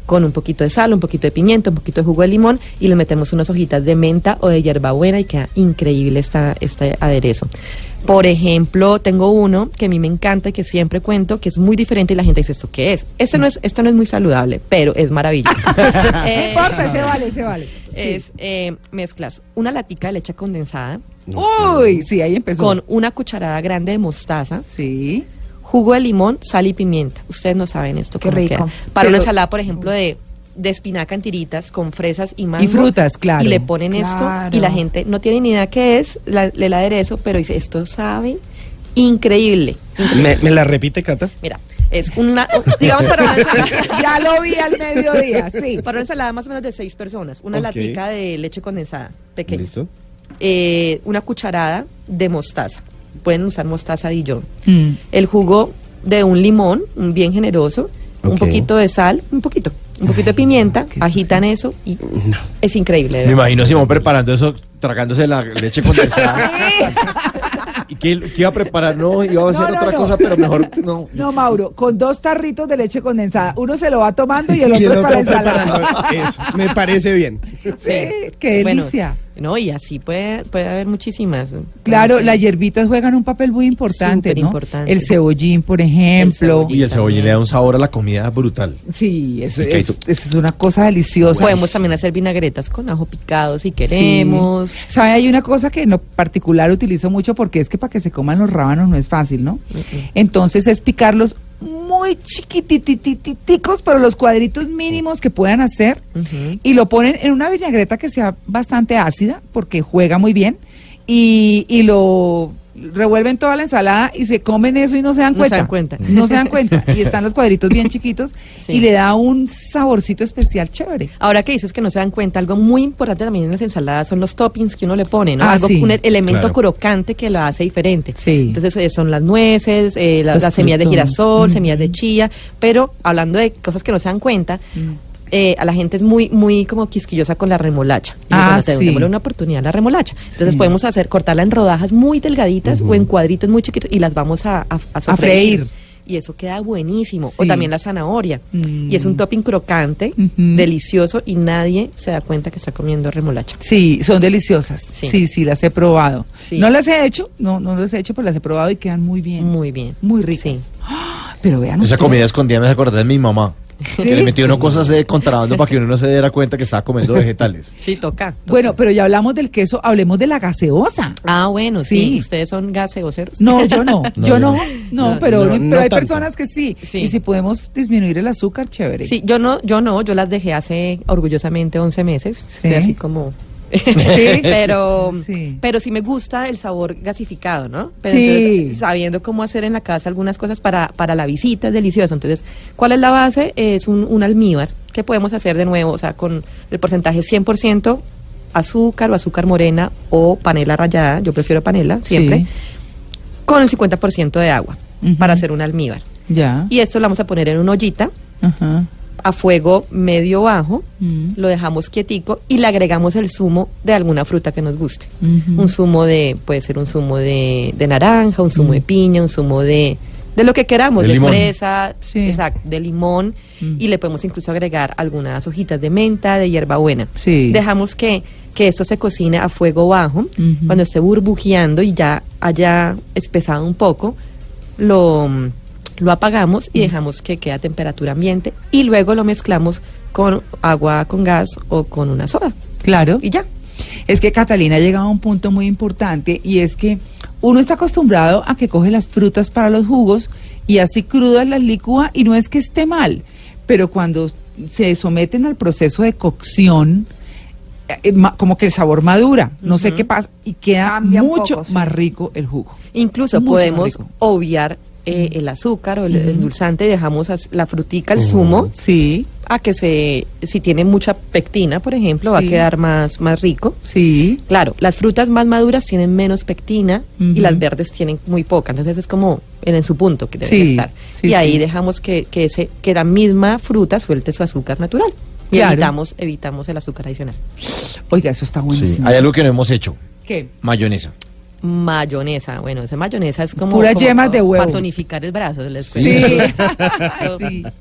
Speaker 2: con un poquito de sal, un poquito de pimienta, un poquito de jugo de limón y le metemos unas hojitas de menta o de hierbabuena y queda increíble esta, este aderezo. Por ejemplo, tengo uno que a mí me encanta y que siempre cuento, que es muy diferente y la gente dice, ¿esto qué es? Este no es, esto no es muy saludable, pero es maravilloso.
Speaker 1: No
Speaker 2: Eh,
Speaker 1: importa, se vale, se vale.
Speaker 2: Es, eh, mezclas una latica de leche condensada
Speaker 1: Uy, sí, ahí empezó.
Speaker 2: con una cucharada grande de mostaza,
Speaker 1: Sí.
Speaker 2: jugo de limón, sal y pimienta. Ustedes no saben esto
Speaker 3: Qué
Speaker 2: cómo
Speaker 3: rico.
Speaker 2: queda. Para
Speaker 1: Pero-
Speaker 2: una ensalada, por ejemplo, de, de espinaca en tiritas con fresas y mango.
Speaker 1: Y frutas, claro.
Speaker 2: Y le ponen
Speaker 3: Claro.
Speaker 2: esto y la gente no tiene ni idea qué es la, el aderezo, pero dice, esto sabe increíble.
Speaker 5: ¿Me, me la repite, Cata?
Speaker 2: Mira, es una, digamos para una ensalada.
Speaker 1: Ya lo vi al mediodía, sí.
Speaker 2: Para una ensalada más o menos de seis personas, una
Speaker 5: Ok.
Speaker 2: latica de leche condensada pequeña.
Speaker 5: ¿Listo?
Speaker 2: eh, una cucharada de mostaza. Pueden usar mostaza Dijon.
Speaker 1: Mm.
Speaker 2: El jugo de un limón, un bien generoso, un
Speaker 5: Ok.
Speaker 2: poquito de sal, un poquito, un poquito de pimienta, agitan eso y es increíble. de
Speaker 4: Me
Speaker 2: verdad.
Speaker 4: imagino a Simón preparando eso, tragándose la leche condensada. ¿Y qué, qué iba a preparar? No, iba a hacer
Speaker 1: No, no,
Speaker 4: otra
Speaker 1: no.
Speaker 4: cosa, pero mejor no.
Speaker 1: No, Mauro, con dos tarritos de leche condensada. Uno se lo va tomando y el otro, es para ensalada.
Speaker 5: preparando eso. Me parece bien.
Speaker 1: Sí, Eh, qué
Speaker 2: Bueno,
Speaker 1: delicia.
Speaker 2: no, y así puede, puede haber muchísimas.
Speaker 1: Claro, las hierbitas juegan un papel muy importante, ¿no?
Speaker 2: Superimportante.
Speaker 1: El cebollín, por ejemplo.
Speaker 2: cebollín.
Speaker 4: Y el cebollín le da un sabor a la comida brutal.
Speaker 1: Sí, eso
Speaker 4: Y que hay
Speaker 1: es,
Speaker 4: tu-
Speaker 1: eso es una cosa deliciosa.
Speaker 2: Podemos también hacer vinagretas con ajo picado si queremos.
Speaker 1: Sí. ¿Sabe? Hay una cosa que en lo particular utilizo mucho porque es que para que se coman los rábanos no es fácil, ¿no? Entonces es picarlos muy chiquitititicos, pero los cuadritos mínimos que puedan hacer
Speaker 2: Ujú.
Speaker 1: y lo ponen en una vinagreta que sea bastante ácida porque juega muy bien y, y lo revuelven toda la ensalada y se comen eso y no se dan
Speaker 2: No se
Speaker 1: cuenta.
Speaker 2: dan cuenta.
Speaker 1: No se dan cuenta. Y están los cuadritos bien chiquitos
Speaker 2: Sí.
Speaker 1: y le da un saborcito especial chévere.
Speaker 2: Ahora que dices que no se dan cuenta, algo muy importante también en las ensaladas son los toppings que uno le pone, ¿no?
Speaker 1: Ah,
Speaker 2: algo,
Speaker 1: sí.
Speaker 2: un e-, elemento
Speaker 5: Claro.
Speaker 2: crocante que la hace diferente.
Speaker 1: Sí.
Speaker 2: Entonces eh, son las nueces, eh, la-
Speaker 1: Los
Speaker 2: las semillas de
Speaker 1: crutones.
Speaker 2: girasol, semillas de chía, pero hablando de cosas que no se dan cuenta,
Speaker 1: Mm.
Speaker 2: eh, a la gente es muy muy como quisquillosa con la remolacha. Y
Speaker 1: Ah,
Speaker 2: bueno, te-
Speaker 1: sí.
Speaker 2: démosle una oportunidad a la remolacha. Entonces
Speaker 1: Sí.
Speaker 2: podemos hacer cortarla en rodajas muy delgaditas o en cuadritos muy chiquitos y las vamos a, a- a
Speaker 1: A freír.
Speaker 2: sofreír. y eso queda buenísimo.
Speaker 1: Sí.
Speaker 2: O también la zanahoria.
Speaker 1: Mm.
Speaker 2: Y es un topping crocante,
Speaker 1: Ujú.
Speaker 2: delicioso y nadie se da cuenta que está comiendo remolacha.
Speaker 1: Sí, son deliciosas. Sí,
Speaker 2: Sí.
Speaker 1: sí, las he probado.
Speaker 2: Sí.
Speaker 1: No las he hecho, no, no las he hecho, pero las he probado y quedan muy bien.
Speaker 2: Muy bien.
Speaker 1: Muy ricas. ¡Ah!
Speaker 2: Sí.
Speaker 1: Pero vean
Speaker 4: Esa
Speaker 1: ustedes.
Speaker 4: comida escondida me hace acordar de mi mamá.
Speaker 1: ¿Sí?
Speaker 4: Que le metió uno cosas de contrabando para que uno no se diera cuenta que estaba comiendo vegetales.
Speaker 2: Sí, toca. toca.
Speaker 1: Bueno, pero ya hablamos del queso, hablemos de la gaseosa.
Speaker 2: Ah, bueno, sí.
Speaker 1: Sí.
Speaker 2: Ustedes son gaseoseros.
Speaker 1: No, yo no, yo
Speaker 4: No, yo
Speaker 1: no,
Speaker 4: no.
Speaker 1: no,
Speaker 2: No,
Speaker 1: pero,
Speaker 5: no,
Speaker 1: pero
Speaker 5: no
Speaker 1: hay
Speaker 5: tanto.
Speaker 1: personas que sí.
Speaker 2: Sí.
Speaker 1: Y si podemos disminuir el azúcar, chévere.
Speaker 2: Sí, yo no, yo no, yo las dejé hace orgullosamente 11 meses, o sea,
Speaker 1: Sí.
Speaker 2: así como...
Speaker 1: Sí.
Speaker 2: pero
Speaker 1: Sí.
Speaker 2: pero sí me gusta el sabor gasificado, ¿no? Pero
Speaker 1: Sí.
Speaker 2: entonces, sabiendo cómo hacer en la casa algunas cosas para, para la visita es delicioso. Entonces, ¿cuál es la base? Es un, un almíbar que podemos hacer de nuevo, o sea, con el porcentaje 100% azúcar o azúcar morena o panela rallada, yo prefiero panela siempre,
Speaker 1: Sí.
Speaker 2: con el 50% de agua
Speaker 1: Ujú.
Speaker 2: para hacer un almíbar.
Speaker 1: Ya.
Speaker 2: Y esto lo vamos a poner en una ollita
Speaker 1: Ajá.
Speaker 2: a fuego medio bajo,
Speaker 1: Mm.
Speaker 2: lo dejamos quietico y le agregamos el zumo de alguna fruta que nos guste.
Speaker 1: Ujú.
Speaker 2: Un zumo de, puede ser un zumo de, de naranja, un zumo de
Speaker 1: Mm.
Speaker 2: piña, un zumo de, de lo que queramos,
Speaker 4: De
Speaker 2: de,
Speaker 4: limón.
Speaker 2: fresa,
Speaker 1: Sí.
Speaker 2: exacto, de limón
Speaker 1: Mm.
Speaker 2: y le podemos incluso agregar algunas hojitas de menta, de hierbabuena.
Speaker 1: Sí.
Speaker 2: Dejamos que, que esto se cocine a fuego bajo,
Speaker 1: Ujú.
Speaker 2: cuando esté burbujeando y ya haya espesado un poco, lo, lo apagamos y dejamos que quede a temperatura ambiente y luego lo mezclamos con agua con gas o con una soda.
Speaker 1: Claro.
Speaker 2: Y ya.
Speaker 1: Es que Catalina ha llegado a un punto muy importante y es que uno está acostumbrado a que coge las frutas para los jugos y así crudas las licúa y no es que esté mal, pero cuando se someten al proceso de cocción, eh, ma- como que el sabor madura, no sé qué pasa, y queda
Speaker 3: Cambia un
Speaker 1: mucho
Speaker 3: poco, sí.
Speaker 1: más rico el jugo.
Speaker 2: Incluso
Speaker 1: Mucho más
Speaker 2: podemos
Speaker 1: rico.
Speaker 2: obviar eh, el azúcar o el, el dulzante y dejamos as- la frutica, el zumo,
Speaker 1: Sí,
Speaker 2: a que se, si tiene mucha pectina, por ejemplo, va a
Speaker 1: Sí.
Speaker 2: quedar más, más rico.
Speaker 1: sí.
Speaker 2: Claro, las frutas más maduras tienen menos pectina
Speaker 1: Ujú.
Speaker 2: y las verdes tienen muy poca. Entonces es como en, en su punto que debe
Speaker 1: Sí,
Speaker 2: estar.
Speaker 1: sí,
Speaker 2: y ahí
Speaker 1: sí.
Speaker 2: dejamos que, que, ese, que la misma fruta suelte su azúcar natural. Y
Speaker 1: Claro.
Speaker 2: evitamos, evitamos el azúcar adicional.
Speaker 1: Oiga, eso está
Speaker 4: Sí.
Speaker 1: buenísimo.
Speaker 4: Hay algo que no hemos hecho.
Speaker 1: ¿Qué?
Speaker 4: Mayonesa.
Speaker 2: Mayonesa, bueno, esa mayonesa es como.
Speaker 1: Puras
Speaker 2: como
Speaker 1: yemas de huevo.
Speaker 2: Para tonificar el brazo, les
Speaker 1: Sí.
Speaker 2: cuento.
Speaker 1: Sí.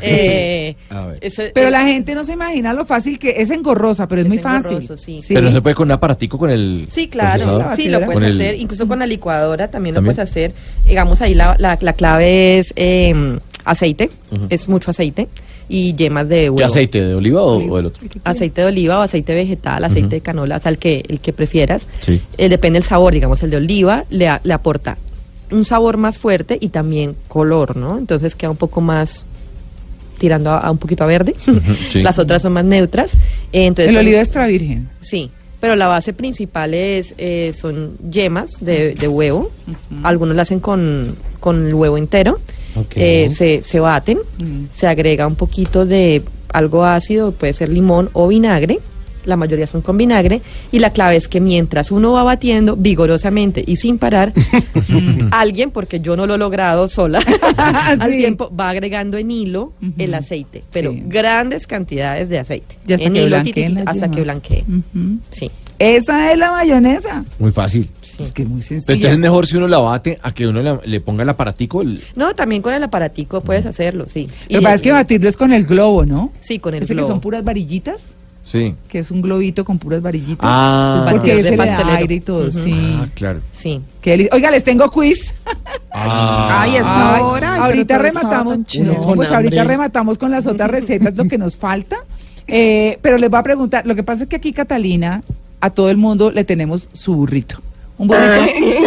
Speaker 2: Eh,
Speaker 4: A ver.
Speaker 2: eso-
Speaker 1: Pero
Speaker 2: eh,
Speaker 1: la gente no se imagina lo fácil que es engorrosa, pero es,
Speaker 2: Es
Speaker 1: muy fácil.
Speaker 2: engorroso, sí.
Speaker 4: Pero no se puede con un aparatico con el
Speaker 2: Sí,
Speaker 4: procesador. Ah,
Speaker 2: claro, sí, lo
Speaker 1: Con
Speaker 2: puedes
Speaker 4: el-
Speaker 2: hacer, incluso con la licuadora también,
Speaker 4: ¿También?
Speaker 2: lo puedes hacer. Digamos, ahí la, la, la clave es eh, aceite, es mucho aceite, y yemas de
Speaker 4: ¿Qué
Speaker 2: huevo.
Speaker 4: aceite? ¿De oliva o, o el otro?
Speaker 2: Aceite de oliva o aceite vegetal, aceite de canola, o sea, el que, el que prefieras.
Speaker 4: Sí.
Speaker 2: Eh, depende del sabor, digamos, el de oliva le, a- le aporta un sabor más fuerte y también color, ¿no? Entonces queda un poco más tirando a, a un poquito a verde.
Speaker 4: sí.
Speaker 2: Las otras son más neutras. Eh, entonces,
Speaker 1: El olivo extra virgen.
Speaker 2: Sí, pero la base principal es eh, son yemas de, de huevo. Algunos la hacen con, con el huevo entero.
Speaker 5: Ok.
Speaker 2: Eh, se, se baten,
Speaker 1: Mm.
Speaker 2: se agrega un poquito de algo ácido, puede ser limón o vinagre. La mayoría son con vinagre. Y la clave es que mientras uno va batiendo vigorosamente y sin parar, alguien, porque yo no lo he logrado sola, al
Speaker 1: Sí.
Speaker 2: tiempo va agregando en hilo el
Speaker 1: Ujú.
Speaker 2: aceite, pero
Speaker 1: Sí.
Speaker 2: grandes cantidades de aceite.
Speaker 1: Y hasta
Speaker 2: en
Speaker 1: que
Speaker 2: hilo,
Speaker 1: blanqueen
Speaker 2: ti, ti, ti,
Speaker 1: las
Speaker 2: hasta que
Speaker 1: yemas.
Speaker 2: blanquee.
Speaker 1: Ujú.
Speaker 2: Sí.
Speaker 1: Esa es la mayonesa.
Speaker 4: Muy fácil.
Speaker 1: Es que es muy
Speaker 4: Pero
Speaker 1: sencilla.
Speaker 4: entonces es mejor si uno la bate a que uno la- le ponga el aparatico. El,
Speaker 2: No, también con el aparatico puedes hacerlo, sí.
Speaker 1: Lo que pasa es que batirlo es con el globo, ¿no?
Speaker 2: Sí, con el
Speaker 1: Ese que
Speaker 2: globo.
Speaker 1: son puras varillitas,
Speaker 4: sí.
Speaker 1: que es un globito con puras varillitas.
Speaker 4: Ah.
Speaker 1: Pues porque
Speaker 2: Batidos
Speaker 1: ese
Speaker 2: de
Speaker 1: le da
Speaker 2: pastelero.
Speaker 1: aire y todo,
Speaker 2: Ujú.
Speaker 1: sí.
Speaker 4: Ah, claro.
Speaker 2: Sí.
Speaker 1: Qué deli- Oiga, les tengo quiz.
Speaker 3: Ay, es
Speaker 4: Ah.
Speaker 1: Ay,
Speaker 3: ahora.
Speaker 1: ahorita rematamos.
Speaker 5: chido.
Speaker 1: No, pues
Speaker 5: Con
Speaker 1: ahorita
Speaker 5: hambre.
Speaker 1: rematamos con las otras recetas lo que nos falta. Eh, pero les voy a preguntar, lo que pasa es que aquí Catalina, a todo el mundo le tenemos su burrito. ¿Un burrito?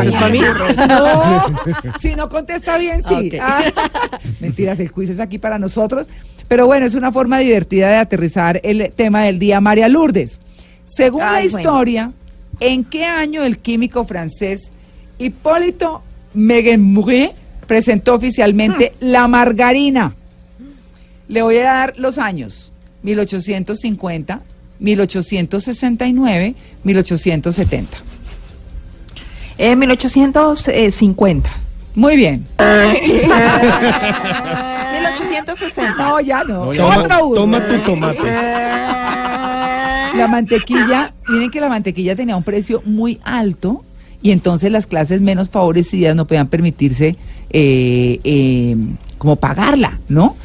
Speaker 2: ¿Eso es para mí?
Speaker 1: Pues No, si no contesta bien, sí.
Speaker 2: Ok.
Speaker 1: Ah, mentiras, el quiz es aquí para nosotros. Pero bueno, es una forma divertida de aterrizar el tema del día. María Lourdes, según la
Speaker 3: Ay, bueno.
Speaker 1: historia, ¿en qué año el químico francés Hipólito Meguinmoué presentó oficialmente
Speaker 3: Hmm.
Speaker 1: la margarina? Le voy a dar los años, 1850, 1869, 1870.
Speaker 3: En 1850.
Speaker 1: Muy bien.
Speaker 3: 1860.
Speaker 1: No, ya no.
Speaker 4: No, ya
Speaker 1: Otra
Speaker 5: Toma,
Speaker 1: burla.
Speaker 5: toma tu tomate.
Speaker 1: La mantequilla, miren que la mantequilla tenía un precio muy alto y entonces las clases menos favorecidas no podían permitirse eh, eh, como pagarla, ¿no?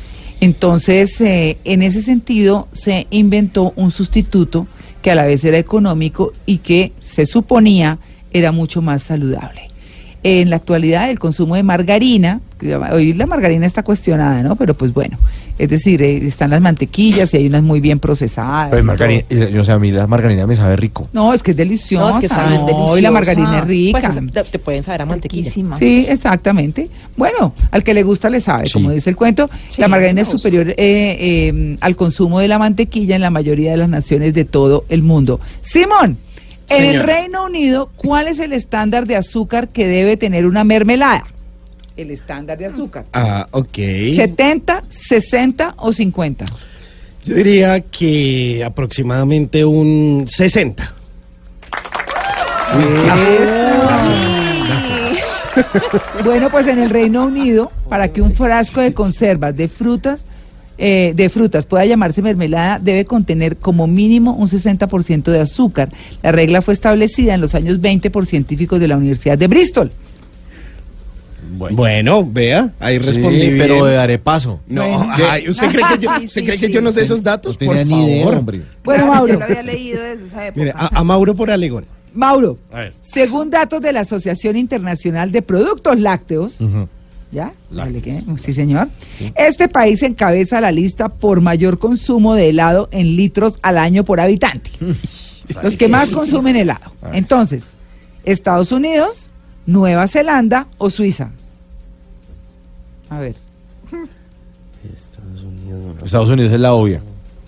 Speaker 1: Entonces, eh, en ese sentido, se inventó un sustituto que a la vez era económico y que se suponía era mucho más saludable. En la actualidad, el consumo de margarina, que hoy la margarina está cuestionada, ¿no? Pero pues bueno, es decir, eh, están las mantequillas y hay unas muy bien procesadas.
Speaker 4: Pues
Speaker 1: y
Speaker 4: margarina,
Speaker 1: todo.
Speaker 4: yo, o sea, a mí la margarina me sabe rico.
Speaker 1: No, es que es deliciosa.
Speaker 2: No, es que sabe, es
Speaker 1: y la
Speaker 3: deliciosa.
Speaker 1: margarina es rica.
Speaker 2: Pues es- te, te pueden saber a mantequilla.
Speaker 3: Riquísima.
Speaker 1: Sí, exactamente. Bueno, al que le gusta le sabe,
Speaker 4: Sí.
Speaker 1: como dice el cuento.
Speaker 3: Sí,
Speaker 1: la margarina es
Speaker 3: me gusta.
Speaker 1: superior eh, eh, al consumo de la mantequilla en la mayoría de las naciones de todo el mundo. Simón, en el
Speaker 6: Señora.
Speaker 1: Reino Unido, ¿cuál es el estándar de azúcar que debe tener una mermelada? El estándar de azúcar.
Speaker 5: Ah, ok.
Speaker 1: ¿70, 60 o 50?
Speaker 5: Yo diría que aproximadamente un 60.
Speaker 1: Bueno, pues en el Reino Unido, para que un frasco de conservas de frutas eh, de frutas pueda llamarse mermelada, debe contener como mínimo un 60% de azúcar. La regla fue establecida en los años 20 por científicos de la Universidad de Bristol.
Speaker 5: Bueno, vea, ahí respondí
Speaker 4: Sí,
Speaker 5: bien.
Speaker 4: pero de arepaso.
Speaker 5: No,
Speaker 1: Bueno.
Speaker 5: ay, ¿usted cree que yo,
Speaker 3: Sí,
Speaker 5: ¿usted
Speaker 3: sí,
Speaker 5: cree que
Speaker 3: sí.
Speaker 5: yo no sé esos datos?
Speaker 4: No tenía
Speaker 5: Por
Speaker 4: ni
Speaker 5: favor.
Speaker 4: idea, hombre.
Speaker 1: Bueno,
Speaker 3: Claro,
Speaker 1: Mauro.
Speaker 3: Yo lo había leído desde esa época.
Speaker 5: Mire, a, a Mauro por Alegón.
Speaker 1: Mauro,
Speaker 4: A ver.
Speaker 1: según datos de la Asociación Internacional de Productos Lácteos,
Speaker 4: Ujú.
Speaker 1: ¿Ya? Vale,
Speaker 4: Lácteos.
Speaker 1: ¿qué? Sí, señor. Este país encabeza la lista por mayor consumo de helado en litros al año por habitante. Los que más consumen helado. Entonces, Estados Unidos, Nueva Zelanda o Suiza. A ver,
Speaker 4: Estados Unidos es la obvia.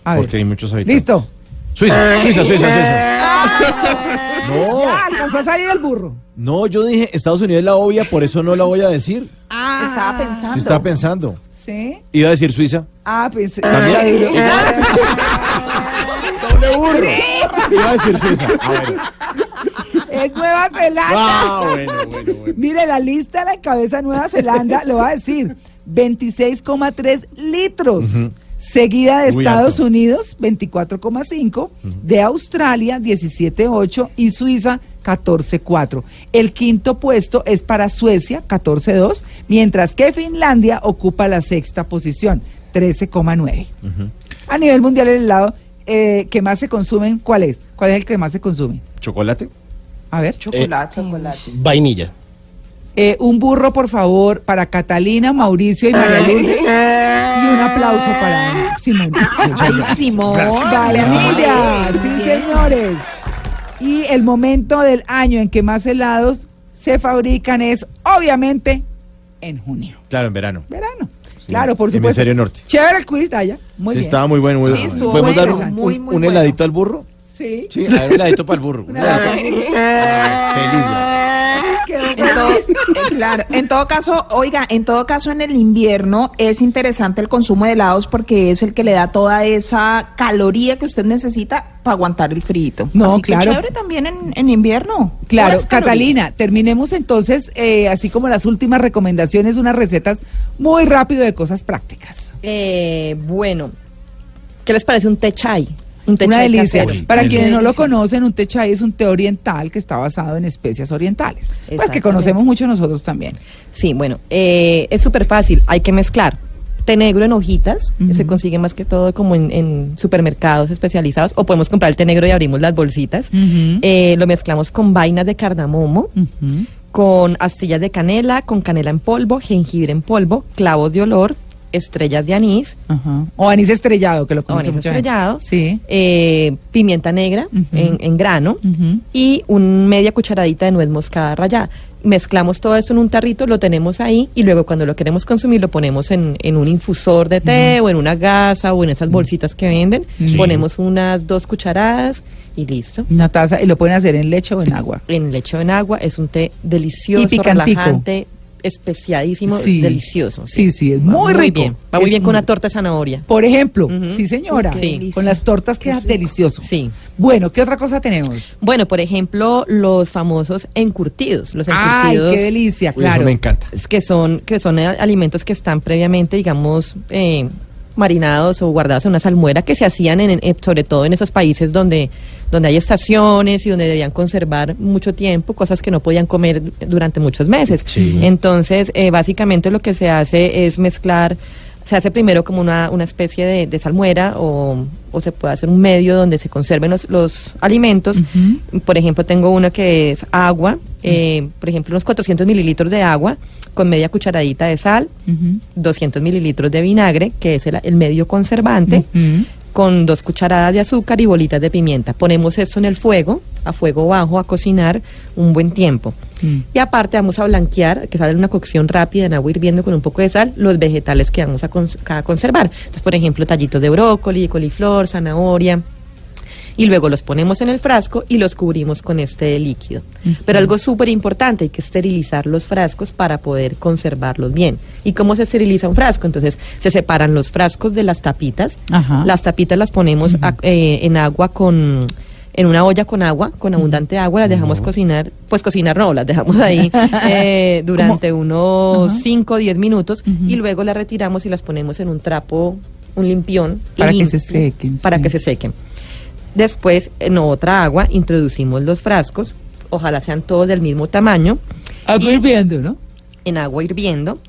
Speaker 1: a ver.
Speaker 4: porque hay muchos habitantes.
Speaker 1: Listo.
Speaker 4: Suiza, Suiza, Suiza, Suiza. No,
Speaker 1: Ya, alcanzó a salir el burro.
Speaker 4: no, yo dije Estados Unidos es la obvia, por eso no la voy a decir.
Speaker 3: Estaba pensando.
Speaker 4: Se está pensando.
Speaker 1: ¿Sí?
Speaker 4: Iba a decir Suiza.
Speaker 1: Ah, pensé.
Speaker 4: ¿También?
Speaker 1: Doble burro.
Speaker 4: Iba a decir Suiza. A ver.
Speaker 1: Es Nueva Zelanda.
Speaker 4: Ah, bueno, bueno, bueno.
Speaker 1: Mire, la lista la encabeza Nueva Zelanda, lo va a decir, 26,3 litros. Seguida de
Speaker 4: Muy
Speaker 1: Estados
Speaker 4: alto.
Speaker 1: Unidos, 24,5, de Australia, 17,8 y Suiza, 14,4. El quinto puesto es para Suecia, 14,2, mientras que Finlandia ocupa la sexta posición, 13,9. A nivel mundial, el helado eh, que más se consumen, ¿cuál es? ¿Cuál es el que más se consume?
Speaker 4: ¿Chocolate?
Speaker 1: A ver.
Speaker 3: Chocolate.
Speaker 5: Vainilla.
Speaker 1: Eh, un burro, por favor, para Catalina, Mauricio y María Lourdes. Y un aplauso para Simón.
Speaker 3: Ay, Simón.
Speaker 1: Vale,
Speaker 3: Bernal.
Speaker 1: mira,
Speaker 3: Bien.
Speaker 1: sí, señores. Y el momento del año en que más helados se fabrican es, obviamente, en junio,
Speaker 4: Claro, en verano.
Speaker 1: verano.
Speaker 4: Sí,
Speaker 1: Claro, por supuesto.
Speaker 4: hemisferio norte.
Speaker 1: Chévere el quiz, Daya. Muy bien.
Speaker 4: Estaba muy bueno, muy
Speaker 3: Sí,
Speaker 4: bueno.
Speaker 3: estuvo
Speaker 4: ¿Podemos
Speaker 3: bueno,
Speaker 4: dar un,
Speaker 3: muy,
Speaker 4: un-
Speaker 3: muy
Speaker 4: un
Speaker 3: bueno.
Speaker 4: heladito al burro?
Speaker 1: Sí.
Speaker 4: Sí, a ver, un heladito para el burro. Un heladito. Feliz. ya.
Speaker 1: Quedó
Speaker 3: En todo, eh, claro, en todo caso, oiga, en todo caso en el invierno es interesante el consumo de helados porque es el que le da toda esa caloría que usted necesita para aguantar el frío.
Speaker 1: No,
Speaker 3: Así que
Speaker 1: claro.
Speaker 3: chévere también en, en invierno.
Speaker 1: Claro,
Speaker 3: Puras calorías.
Speaker 1: Catalina, terminemos entonces, eh, así como las últimas recomendaciones, unas recetas muy rápido de cosas prácticas.
Speaker 2: Eh, bueno, ¿qué les parece un té chai? Un té
Speaker 1: Una
Speaker 2: chai
Speaker 1: delicia.
Speaker 2: casero.
Speaker 1: Para
Speaker 4: Uy,
Speaker 1: quienes no lo
Speaker 2: delicia.
Speaker 1: conocen, un té chai es un té oriental que está basado en especias orientales. Pues que
Speaker 2: Exactamente.
Speaker 1: conocemos mucho nosotros también.
Speaker 2: Sí, bueno, eh, es súper fácil, hay que mezclar. Té negro en hojitas, que se
Speaker 1: Ujú.
Speaker 2: consigue más que todo como en, en supermercados especializados, o podemos comprar el té negro y abrimos las bolsitas.
Speaker 1: Ujú.
Speaker 2: Eh, lo mezclamos con vainas de cardamomo, con astillas de canela, con canela en polvo, jengibre en polvo, clavos de olor, estrellas de anís,
Speaker 1: Ajá. O anís estrellado, que lo
Speaker 2: o
Speaker 1: conocemos
Speaker 2: anís estrellado,
Speaker 1: Sí.
Speaker 2: eh, pimienta negra
Speaker 1: Ujú.
Speaker 2: en, en grano
Speaker 1: Ujú.
Speaker 2: y un media cucharadita de nuez moscada rallada. Mezclamos todo eso en un tarrito, lo tenemos ahí y luego cuando lo queremos consumir lo ponemos en, en un infusor de té o en una gasa o en esas bolsitas que venden. Ponemos unas dos cucharadas y listo.
Speaker 1: Una taza, y lo pueden hacer en leche o en agua.
Speaker 2: En leche o en agua es un té delicioso,
Speaker 1: Y picantico.
Speaker 2: relajante, especiadísimo,
Speaker 1: Sí.
Speaker 2: delicioso.
Speaker 1: Sí, sí, es
Speaker 2: Va
Speaker 1: muy rico.
Speaker 2: bien, va muy
Speaker 1: Es
Speaker 2: bien
Speaker 1: muy
Speaker 2: con una
Speaker 1: rico.
Speaker 2: torta de zanahoria.
Speaker 1: Por ejemplo,
Speaker 2: Ujú.
Speaker 1: sí señora,
Speaker 2: Qué
Speaker 1: con
Speaker 3: delicia.
Speaker 1: las tortas queda delicioso.
Speaker 2: Sí.
Speaker 1: Bueno, ¿qué otra cosa tenemos?
Speaker 2: Bueno, por ejemplo, los famosos encurtidos, los
Speaker 1: Ay,
Speaker 2: encurtidos
Speaker 1: qué delicia,
Speaker 4: Uy, eso
Speaker 1: claro.
Speaker 4: me encanta.
Speaker 2: es que son que son eh, alimentos que están previamente, digamos, eh, marinados o guardados en una salmuera que se hacían en, en- sobre todo en esos países donde, donde hay estaciones y donde debían conservar mucho tiempo cosas que no podían comer durante muchos meses.
Speaker 5: Sí.
Speaker 2: Entonces, eh, básicamente lo que se hace es mezclar, se hace primero como una, una especie de, de salmuera o, o se puede hacer un medio donde se conserven los, los alimentos. Por ejemplo, tengo uno que es agua, eh, por ejemplo, unos 400 mililitros de agua con media cucharadita de sal, 200 mililitros de vinagre, que es el, el medio conservante,
Speaker 1: Ujú.
Speaker 2: con dos cucharadas de azúcar y bolitas de pimienta. Ponemos esto en el fuego, a fuego bajo, a cocinar un buen tiempo.
Speaker 1: Mm.
Speaker 2: Y aparte vamos a blanquear, que sale una cocción rápida en agua hirviendo con un poco de sal, los vegetales que vamos a, cons- a conservar. Entonces, por ejemplo, tallitos de brócoli, coliflor, zanahoria. Y luego los ponemos en el frasco y los cubrimos con este líquido. Pero algo súper importante, hay que esterilizar los frascos para poder conservarlos bien. ¿Y cómo se esteriliza un frasco? Entonces se separan los frascos de las tapitas.
Speaker 1: Ajá.
Speaker 2: Las tapitas las ponemos a- eh, en agua con en una olla con agua, con abundante agua, las dejamos cocinar, pues cocinar no, las dejamos ahí eh, durante unos 5 o 10 minutos y luego las retiramos y las ponemos en un trapo, un limpión.
Speaker 1: Para que se sequen,
Speaker 2: Para
Speaker 1: sí.
Speaker 2: que se sequen. Después, en otra agua, introducimos los frascos, ojalá sean todos del mismo tamaño,
Speaker 1: Algo
Speaker 2: Y-
Speaker 1: hirviendo, ¿no?
Speaker 2: en agua hirviendo.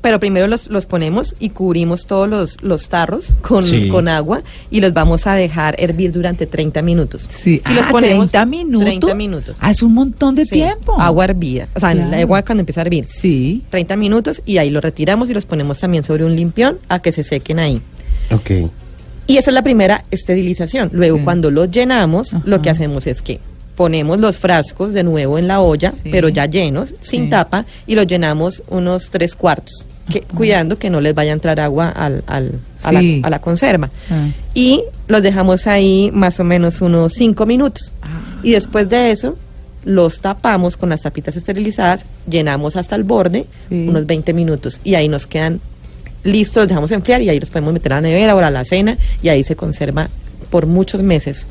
Speaker 2: Pero primero los, los ponemos y cubrimos todos los, los tarros con,
Speaker 5: Sí.
Speaker 2: con agua y los vamos a dejar hervir durante 30 minutos.
Speaker 1: Sí.
Speaker 2: Y los
Speaker 1: Ah,
Speaker 2: ponemos
Speaker 1: 30 minutos.
Speaker 2: 30 minutos.
Speaker 1: Ah, es un montón de
Speaker 2: Sí, Ah,
Speaker 1: tiempo.
Speaker 2: Agua hervida. O sea, el
Speaker 1: Claro.
Speaker 2: agua cuando empieza a hervir.
Speaker 1: Sí.
Speaker 2: 30 minutos y ahí los retiramos y los ponemos también sobre un limpión a que se sequen ahí.
Speaker 5: Ok.
Speaker 2: Y esa es la primera esterilización. Luego,
Speaker 1: Sí.
Speaker 2: cuando los llenamos,
Speaker 1: Ajá.
Speaker 2: lo que hacemos es que ponemos los frascos de nuevo en la olla,
Speaker 1: Sí.
Speaker 2: pero ya llenos, sin
Speaker 1: Sí.
Speaker 2: tapa, y los llenamos unos tres cuartos, que- cuidando que no les vaya a entrar agua al, al- a, la,
Speaker 1: Sí.
Speaker 2: a la conserva.
Speaker 1: Ah.
Speaker 2: Y los dejamos ahí más o menos unos cinco minutos.
Speaker 1: Ah.
Speaker 2: Y después de eso, los tapamos con las tapitas esterilizadas, llenamos hasta el borde,
Speaker 1: Sí.
Speaker 2: unos 20 minutos, y ahí nos quedan listos, los dejamos enfriar y ahí los podemos meter a la nevera o a la cena y ahí se conserva por muchos meses.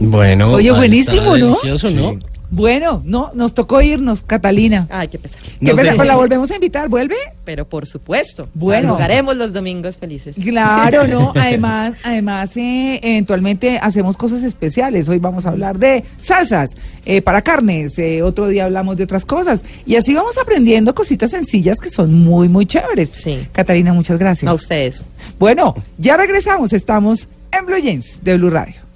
Speaker 5: Bueno.
Speaker 1: Oye,
Speaker 5: ahí
Speaker 1: buenísimo,
Speaker 5: está,
Speaker 1: ¿no?
Speaker 5: Delicioso, ¿no?
Speaker 4: Sí.
Speaker 1: Bueno, no, nos tocó irnos, Catalina.
Speaker 2: Ay, qué pesar.
Speaker 1: ¿Qué
Speaker 5: Nos
Speaker 1: pasa?
Speaker 5: dejó-
Speaker 1: Pues la volvemos a invitar, ¿vuelve?
Speaker 2: Pero por supuesto,
Speaker 1: Bueno.
Speaker 2: jugaremos los domingos felices.
Speaker 1: Claro, no. Además, además, eh, eventualmente hacemos cosas especiales. Hoy vamos a hablar de salsas eh, para carnes. eh, otro día hablamos de otras cosas y así vamos aprendiendo cositas sencillas que son muy, muy chéveres.
Speaker 2: Sí.
Speaker 1: Catalina, muchas gracias.
Speaker 2: A ustedes.
Speaker 1: Bueno, ya regresamos. Estamos en Blue Jeans de Blue Radio.